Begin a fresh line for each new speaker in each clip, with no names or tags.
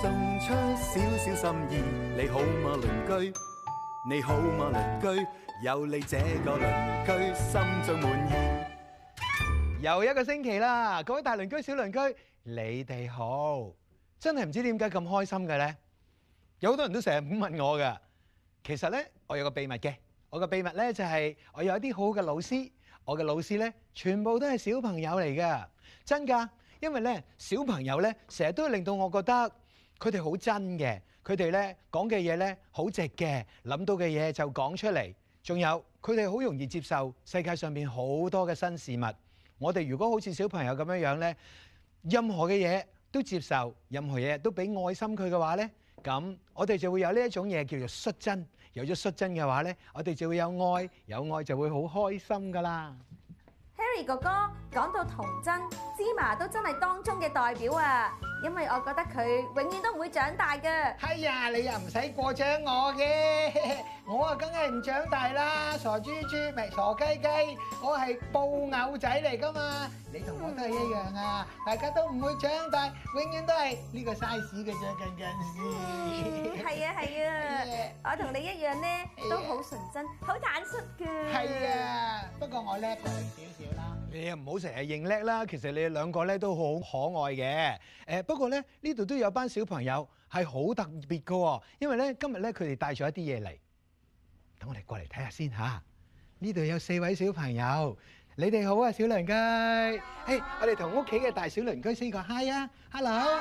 送出少少心意，你好嗎鄰居？你好嗎鄰居？有你這個鄰居，心中滿
意。又一個星期啦，各位大鄰居、小鄰居，你哋好！真係唔知點解咁開心嘅咧？有好多人都成日咁問我㗎。其實咧，我有個秘密嘅。我個秘密咧就係我有一啲好嘅老師，我嘅老師咧全部都係小朋友嚟㗎，真㗎。因為咧小朋友咧成日都會令到我覺得。佢哋好真嘅，佢哋咧講嘅嘢咧好直嘅，諗到嘅嘢就講出嚟。仲有佢哋好容易接受世界上邊好多嘅新事物。我哋如果好似小朋友咁樣樣咧，任何嘅嘢都接受，任何嘢都俾愛心佢嘅話咧，咁我哋就會有呢一種嘢叫做率真。有咗率真嘅話咧，我哋就會有愛，有愛就會好開心噶啦。
Harry 哥哥講到童真，芝麻都真係當中嘅代表啊！因為我覺得佢永遠都唔會長大 嘅。
係呀，你又唔使過獎我嘅， 我啊梗係唔長大啦，傻豬豬咪傻雞雞，我係布偶仔嚟㗎嘛，你同我都係一樣啊，大家都唔會長大，永遠都係呢個 size 嘅啫，近近
視。係啊 係啊，我同你一樣咧，都好純真，好坦率嘅。
係啊，不過我叻過你少少啦。你又唔好成日認叻啦，其實你哋兩個咧都好可愛嘅。誒不過咧，呢度都有班小朋友係好特別㗎喎，因為咧今日咧佢哋帶咗一啲嘢嚟，等我哋過嚟睇下先吓。呢度有四位小朋友，你哋好啊，小鄰居。誒，我哋同屋企嘅大小鄰居 say 個 hi 啊，hello。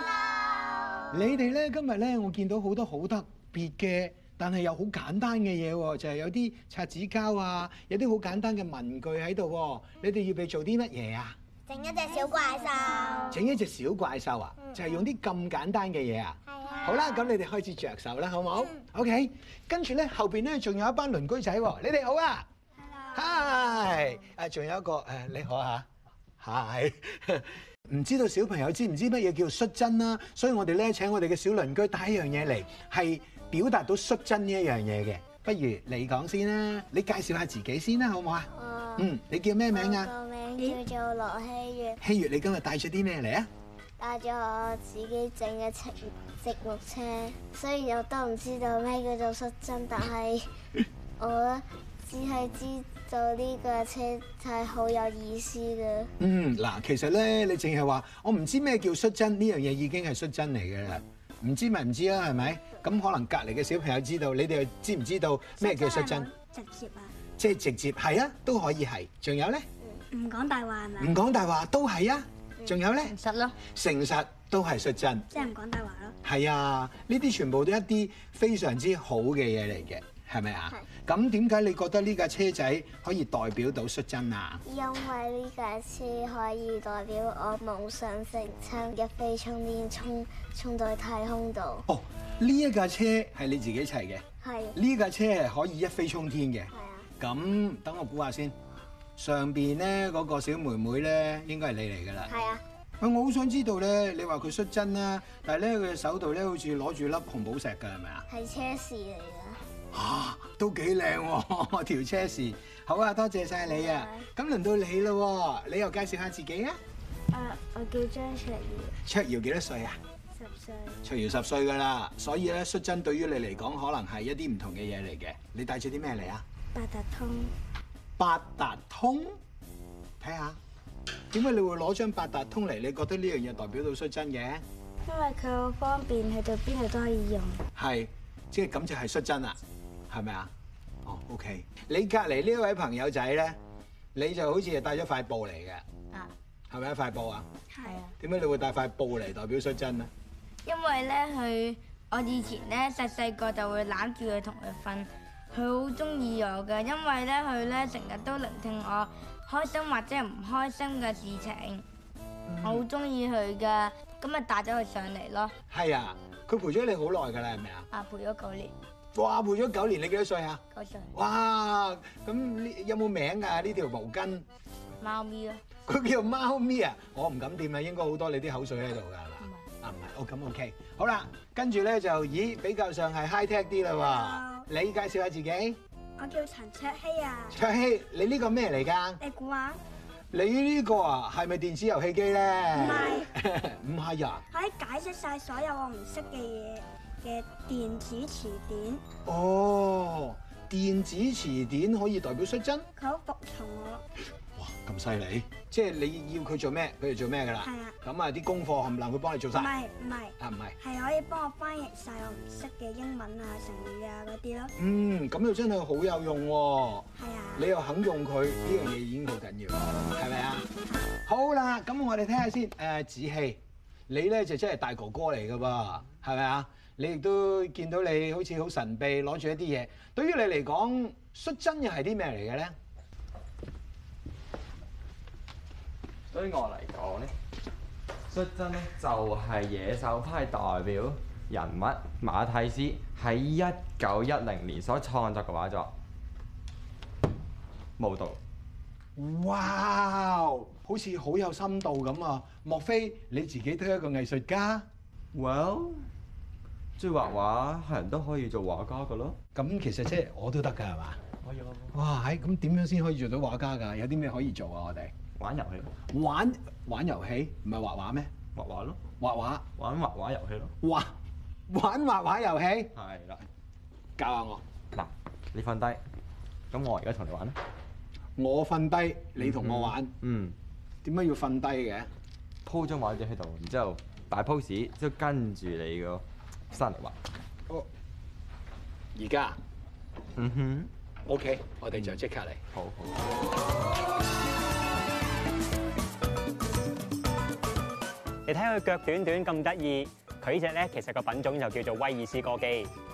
你哋咧今日咧，我見到好多好特別嘅。但係又好簡單嘅嘢喎，就係有啲擦紙膠啊，有啲好簡單嘅文具喺度喎。你哋要備做啲乜嘢啊？
整一隻小怪獸。
整一隻小怪獸啊？就係用啲咁簡單嘅嘢啊？係啊。好啦，咁你哋開始着手啦，好唔好？OK。跟住咧後邊咧仲有一班鄰居仔喎，你哋好啊？Hello。Hi。誒，仲有一個誒，你好啊？Hi。唔知道小朋友知唔知乜嘢叫率真啦？所以我哋咧請我哋嘅小鄰居帶一樣嘢嚟係。表達到率真呢一樣嘢嘅，不如你講先啦，你介紹下自己先啦，好唔好啊？嗯，你叫咩名啊？
個名叫做羅希月。
希月，你今日帶咗啲咩嚟啊？
帶咗我自己整嘅植植物車，雖然我都唔知道咩叫做率真，但係我只係知道呢個車係好有意思嘅。
嗯，嗱，其實咧，你淨係話我唔知咩叫率真呢樣嘢已經係率真嚟嘅啦。唔知咪唔知啊啦，係咪？咁可能隔離嘅小朋友知道，你哋又知唔知道咩叫率真？
直接啊！
即係直接係啊，都可以係。仲有咧？
唔講大話係咪？
唔講大話都係啊。仲有咧？
嗯誠實咯。
誠實都係率真。
即係唔講大話咯。
係啊，呢啲全部都一啲非常之好嘅嘢嚟嘅，係咪啊？咁點解你覺得呢架車仔可以代表到率真啊？
因為呢架車可以代表我夢想成真，一飛沖天，衝衝到太空度。
哦，呢一架車係你自己砌嘅？
係。
呢架車係可以一飛沖天嘅。
係啊。
咁等我估下先，上邊咧嗰個小妹妹咧應該係你嚟㗎啦。
係啊。
喂，我好想知道咧，你話佢率真啦，但係咧佢手度咧好似攞住粒紅寶石㗎，係咪啊？
係車匙嚟㗎。
啊，都幾靚喎 條車匙，好啊，多謝晒你啊！咁輪到你啦喎，你又介紹下自己啊？
誒，我叫張卓耀。
卓耀幾多歲啊？
十歲。
卓耀十歲㗎啦，所以咧率真對於你嚟講，可能係一啲唔同嘅嘢嚟嘅。你帶咗啲咩嚟啊？
八達通。
八達通，睇下點解你會攞張八達通嚟？你覺得呢樣嘢代表到率真嘅？
因為佢好方便，去到邊度都可以用。
係，即係咁就係率真啦，係咪啊？哦，OK。你隔離呢位朋友仔咧，你就好似係帶咗塊布嚟嘅，
啊，
係咪一塊布啊？
係啊。
點解你會帶塊布嚟代表率真咧？
因為咧，佢我以前咧細細個就會攬住佢同佢瞓，佢好中意我嘅，因為咧佢咧成日都聆聽我開心或者唔開心嘅事情，我好中意佢噶。咁咪帶咗佢上嚟咯。
係啊，佢陪咗你好耐㗎啦，係咪啊？
啊，陪咗九年，
哇，陪咗九年，你幾多歲啊？
九歲
哇，咁呢有冇名㗎？呢條毛巾，
貓咪咯，
佢叫貓咪啊！我唔敢掂啊，應該好多你啲口水喺度㗎，係
唔
嘛？
係
啊，唔係，哦咁 OK，好啦，跟住咧就咦比較上係 high tech 啲啦喎，你介紹下自己，
我叫陳卓希啊，
卓希，你呢個咩嚟㗎？
你估下
你呢個啊係咪電子遊戲機咧？
唔係，
唔係啊，
可以解釋晒所有我唔識嘅嘢嘅電子詞典，
哦，電子詞典可以代表率真。
佢好服從我，
哇，咁犀利！即係你要佢做咩，佢就做咩㗎啦。
係啊。
咁啊，啲功課冚唪唥佢幫你做
唔
晒。
係唔係，
啊，唔係。
係可以幫我翻譯晒我唔識嘅英文啊、成語啊嗰啲咯，
嗯，咁又真係好有用喎、
係啊。
你又肯用佢，呢樣嘢已經好緊要，係咪啊？好啦，咁我哋睇下先。誒、子希，你咧就真係大哥哥嚟㗎噃，係咪啊？你亦都見到你好似好神秘，攞住一啲嘢。對於你嚟講，率真又係啲咩嚟嘅咧？
對於我嚟講咧，率真咧就係野獸派代表人物馬蒂斯喺一九一零年所創作嘅畫作《舞蹈》。
哇，好似好有深度咁啊！莫非你自己都係一個藝術家？
Well，中意畫畫係人都可以做畫家嘅咯。
咁其實即係我都得㗎係嘛？
可以
哇！喺咁點樣先可以做到畫家㗎？有啲咩可以做啊？我哋
玩遊戲，
玩玩遊戲唔係畫畫咩？
畫畫咯，
畫
玩畫畫遊戲咯。
畫哇！玩畫畫遊戲，
係啦，
教下我。
嗱，你瞓低，咁我而家同你玩啦。
我瞓低，你同我玩，
嗯。
點解要瞓低嘅？
鋪張畫紙喺度，然之後擺 pose，之後跟住你個身嚟畫。
哦，而家
嗯哼，
OK，我哋就即刻嚟。
好好。
你睇佢腳短短咁得意，佢呢只咧其實個品種就叫做威爾斯哥基，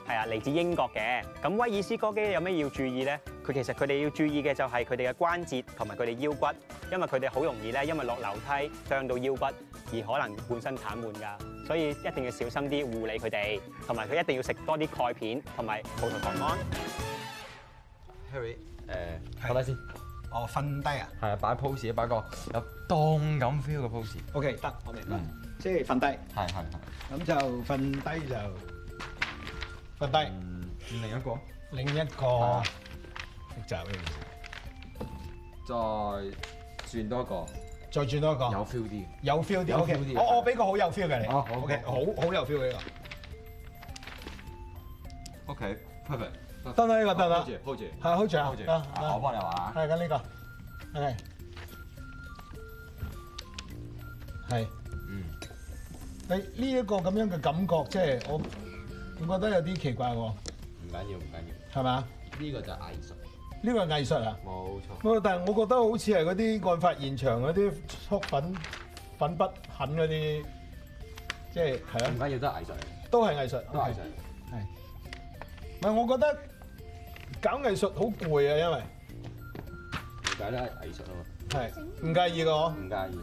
係啊，嚟自英國嘅。咁威爾斯哥基有咩要注意咧？佢其實佢哋要注意嘅就係佢哋嘅關節同埋佢哋腰骨，因為佢哋好容易咧，因為落樓梯傷到腰骨而可能半身癱瘓㗎，所以一定要小心啲護理佢哋，同埋佢一定要食多啲鈣片同埋葡萄糖胺。
Harry，誒，放低先。
哦，瞓低啊
係啊，擺 pose，擺個有動感 feel 嘅 pose。
？OK，得，我明白
嗯。
即係瞓低，
係係係。
咁就瞓低就瞓低。
嗯，另一個，
另一個
啊
複雜嘅嘢，
再轉多個
再轉多一個。
有 feel 啲。
有 feel 啲
有
OK，
feel 啲嘅
我我俾個好有 feel 嘅你
哦好
，OK，好
好
好有 feel 嘅呢
OK，perfect。
個，得啦呢個得啦，
hold 住
係好長，
hold 住啊
得得
我幫你畫。
係咁呢個，OK，係，
嗯，
你呢一個咁樣嘅感覺，即係我我覺得有啲奇怪喎，
唔緊要唔緊要，
係咪啊？
呢個就係藝術。
呢個係藝術啊，
冇錯。
我但係我覺得好似係嗰啲案發現場嗰啲速粉粉筆痕嗰啲，即係係
唔
啊，
緊要都係藝術嚟，
都係藝術，
都係藝術。
係。唔係，我覺得搞藝術好攰啊，因為
理解都係藝術啊嘛，
係唔介意嘅我
唔。介意。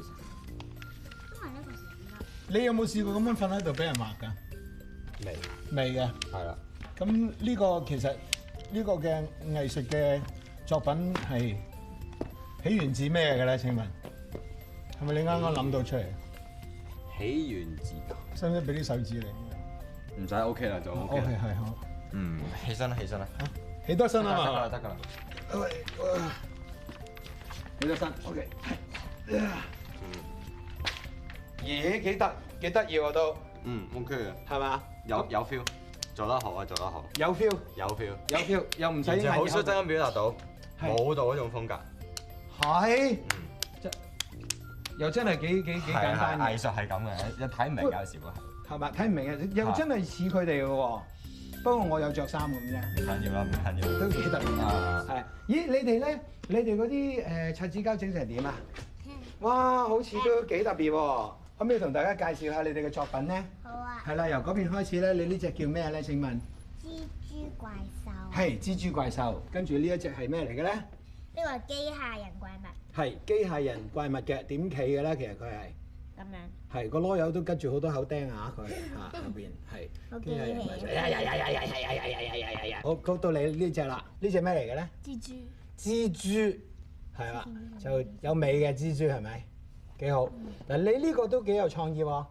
你有冇試過咁樣瞓喺度俾人畫㗎？
未
未嘅。
係啦，
咁呢個其實呢個嘅藝術嘅作品係起源自咩嘅咧？請問係咪你啱啱諗到出嚟？
起源自唔
使唔使俾啲手指你
使 OK 啦，就
？O K 哦係好，
嗯，起身啦，起身啦，
起多身
得㗎啦，
啊嘛！
得㗎啦。
起多身，O K。咦，幾得幾得意我都
嗯，OK 嘅，
係嘛？
有有 feel，做得好啊，做得好，
有 feel，
有 feel，
有 feel，又唔使
完全好
嗌
率真咁表達到
係
舞蹈嗰種風格，
係
嗯，
又真係幾幾幾簡單嘅
藝，術係咁嘅，一睇唔明有時會係
係嘛？睇唔明嘅，又
係
真係似佢哋嘅喎。不過我有着衫咁啫，
唔緊要啦，唔緊要。
都幾特別啊！
啊，
係，咦？你哋咧，你哋嗰啲誒擦紙膠整成點啊？
嗯
哇，好似都幾特別喎！可唔可以同大家介紹下你哋嘅作品咧？
好啊，
係啦，由嗰邊開始咧，你呢只叫咩咧？請問
蜘蛛怪獸，
係蜘蛛怪獸，跟住呢一隻係咩嚟嘅咧？
呢個係機械人怪物，
係機械人怪物嘅點企嘅咧？其實佢係
咁
咁
樣。
係個啰柚都吉住好多口釘啊！佢嚇入邊係，
好
跟住有人
驚喜
埋咗呀呀呀呀呀呀呀呀呀呀呀呀！好，到到你呢只啦，呢只咩嚟嘅咧？
蜘蛛
蜘蛛係啦，就有尾嘅蜘蛛係咪？幾好嗱，你呢個都幾有創意喎。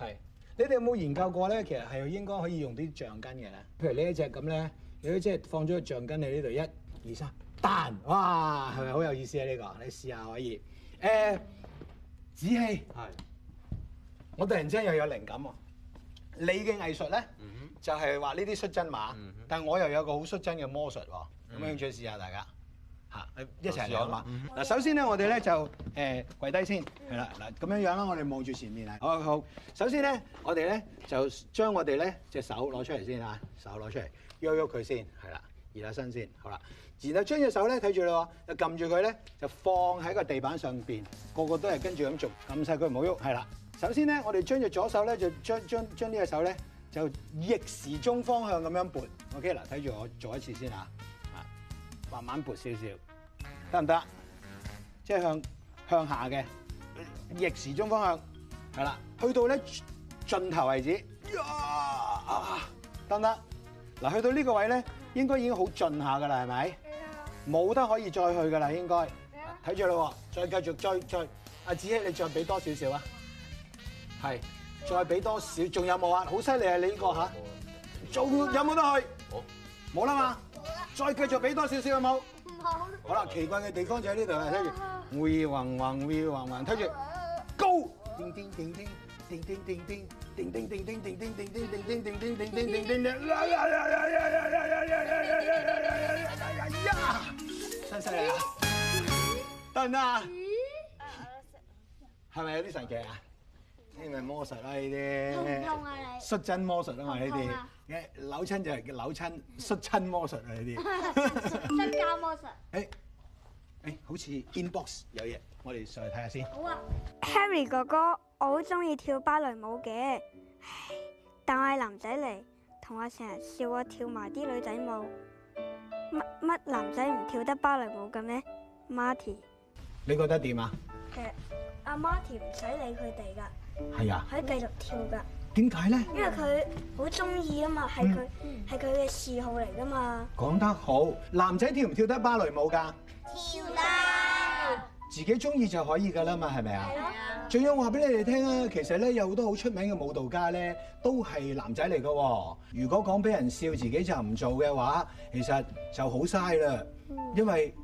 係，你哋有冇研究過咧？其實係應該可以用啲橡筋嘅咧，譬如呢一隻咁咧，有一隻放咗個橡筋喺呢度，一、二、三，彈！哇，係咪好有意思啊？呢、個你試下可以。誒、子希，
係
我突然之間又有靈感喎。你嘅藝術咧，
嗯
就係話呢啲率真馬，
嗯哼嗯
但我又有個好率真嘅魔術喎。有冇興趣試下大家？嚇，一齊嚟好嘛？嗱，首先咧，我哋咧就誒跪低先，係啦，嗱咁樣樣啦，我哋望住前面啊，好好。首先咧，我哋咧就將我哋咧隻手攞出嚟先啊，手攞出嚟，喐喐佢先，係啦，移下身先，好啦。然後將隻手咧睇住你喎，就撳住佢咧，就放喺個地板上邊，個個都係跟住咁做，撳晒佢唔好喐，係啦。首先咧，我哋將隻左手咧就將將將呢隻手咧就逆時鐘方向咁樣撥，OK 嗱，睇住我做一次先啊，啊，慢慢撥少少。得唔得？即係向向下嘅逆時鐘方向，係啦，去到咧盡頭為止，呀啊得唔得？嗱，去到呢個位咧，應該已經好盡下噶啦，係啊咪？冇得可以再去噶啦，應該。睇住啦喎，再繼續，再再，阿子希你再俾多少少啊？係，再俾多少？仲有冇啊？好犀利啊！你呢個嚇，仲有冇得去？冇啦嘛，再繼續俾多少少有冇？好啦，奇怪嘅地方就喺呢度啦，睇住，會橫橫會橫橫，睇住高，叮叮叮叮。叮叮叮叮叮叮叮叮叮叮叮叮叮叮叮叮叮叮叮叮，呀呀呀呀呀呀呀呀呀呀呀呀呀呀呀！犀唔犀利啊？得唔得啊？係咪有啲神奇啊？呢咪魔術啦呢啲，
痛啊你
率真魔術啊嘛呢
痛唔痛
啲
啊，
嘅扭親就係扭親，率真魔術啊呢啲。
新加魔術，
誒誒，哎好似 inbox 有嘢，我哋上去睇下先。
好啊！
Harry 哥哥，我好中意跳芭蕾舞嘅，唉但我係男仔嚟，同我成日笑我跳埋啲女仔舞，乜乜男仔唔跳得芭蕾舞嘅咩？Marty，
你覺得點啊？
誒，阿 Marty 唔使理佢哋噶，
係啊，
可以繼續跳噶，
點解咧？
因為佢好中意啊嘛，係佢係佢嘅嗜好嚟噶嘛。
講得好，男仔跳唔跳得芭蕾舞㗎？
跳啦！
自己中意就可以㗎啦嘛，係咪啊？仲要話俾你哋聽啊，其實咧有好多好出名嘅舞蹈家咧，都係男仔嚟嘅喎。如果講俾人笑自己就唔做嘅話，其實就好嘥啦。
嗯
因為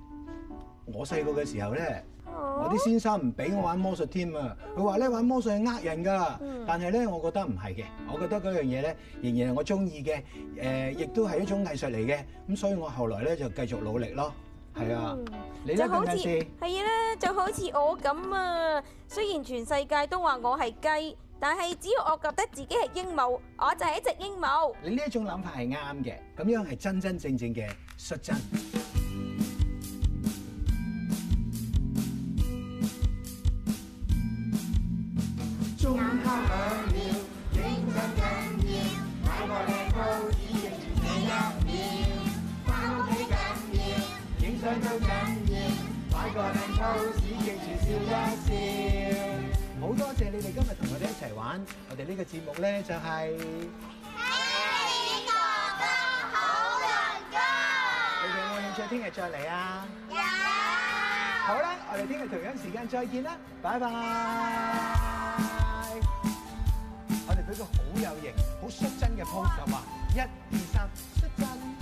我細個嘅時候咧，
哦
我啲先生唔俾我玩魔術添啊，佢話咧玩魔術係呃人㗎。
嗯
但係咧，我覺得唔係嘅，我覺得嗰樣嘢咧仍然係我中意嘅，誒、亦都係一種藝術嚟嘅。咁所以我後來咧就繼續努力咯。係啊，你咧
嗯就好
近
似
近先。
係啦，就好似我咁啊。雖然全世界都話我係雞，但係只要我覺得自己係鸚鵡，我就係一隻鸚鵡。
你呢一種諗法係啱嘅，咁樣係真真正正嘅率真。
中影相都緊要，擺個靚 pose，記住笑一笑。
好多謝你哋今日同我哋一齊玩，我哋呢個節目呢就係、
Harry 哥哥好鄰
你
居，
哋有冇興趣聽日再嚟啊？
有。
好啦，我哋聽日同樣時間再見啦，拜拜。我哋俾個好有型、好率真嘅 pose 就話，一、二、三，率真。